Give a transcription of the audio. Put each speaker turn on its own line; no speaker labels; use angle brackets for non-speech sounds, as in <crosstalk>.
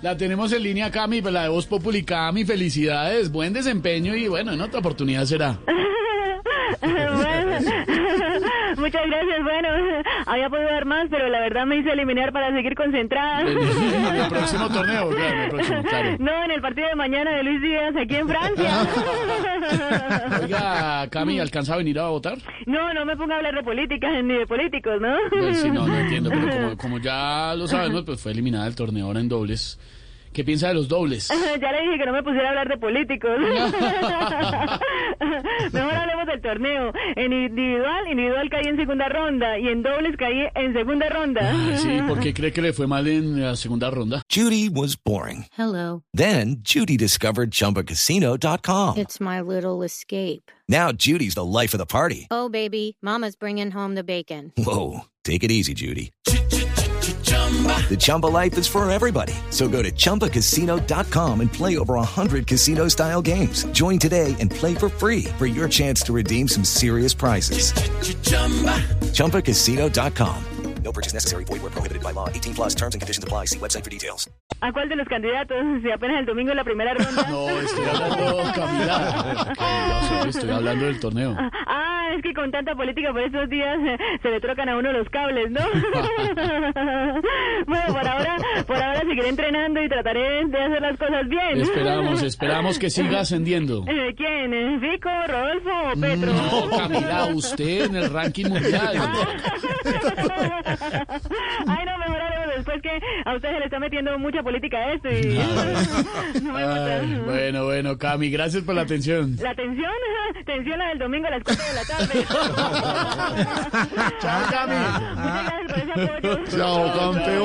La tenemos en línea, Cami, pues, la de Voz Populi. Cami, felicidades, buen desempeño y bueno, en otra oportunidad <laughs> será.
Bueno, <laughs> muchas gracias. Bueno, había podido dar más, pero la verdad me hice eliminar para seguir
<laughs>
concentrada.
En el próximo torneo, claro, en el próximo, claro.
No, en el partido de mañana de Luis Díaz aquí
<laughs>
en Francia.
Oiga, Cami, ¿alcanza a venir a votar?
No, no me ponga a hablar de políticas ni de políticos, ¿no?
Pues sí, no, no entiendo, pero como, <laughs> como ya lo sabemos, pues fue eliminada del torneo ahora en dobles. ¿Qué piensa de los dobles?
<laughs> Ya le dije que no me pusiera a hablar de políticos. <laughs> Mejor hablemos del torneo. En individual, individual caí en segunda ronda y en dobles caí en segunda ronda.
Ay, Ah, Sí, ¿por qué cree que le fue mal en la segunda ronda?
Judy was boring.
Hello,
Then Judy discovered ChumbaCasino.com.
it's my little escape.
Now Judy's the life of the party.
Oh, baby, Mama's bringing home the bacon.
<laughs> Whoa, take it easy, Judy. The Chumba life is for everybody. So go to ChumbaCasino.com and play over 100 casino style games. Join today and play for free for your chance to redeem some serious prizes. ChumbaCasino.com. No purchase necessary. Void where prohibited by law. 18 plus terms and conditions apply. See website for details.
¿A cuál de los candidatos? Si apenas el domingo es la primera ronda.
No, estoy hablando, <laughs> Camila. Camila, o sea, estoy hablando del torneo.
Ah, es que con tanta política por estos días <laughs> eh, se le trocan a uno los
<laughs>
cables, ¿no? bueno, por ahora, por ahora seguiré entrenando y trataré de hacer las cosas bien.
Esperamos, esperamos que siga <laughs> ascendiendo.
Eh, ¿Quién? Eh, ¿Fico, Rodolfo o Petro?
No, Camila, usted en el ranking mundial.
Ay, no, mejor algo después que a usted se le está metiendo mucha política a esto
<laughs>
y... no me gusta.
Ay, bueno, bueno, Cami, gracias por la atención.
La tensión, <laughs> ajá, tensión la del domingo a las 4 de
<laughs>
la tarde.
Chao, Cami.
Muchas gracias por ese apoyo.
Chao, campeón.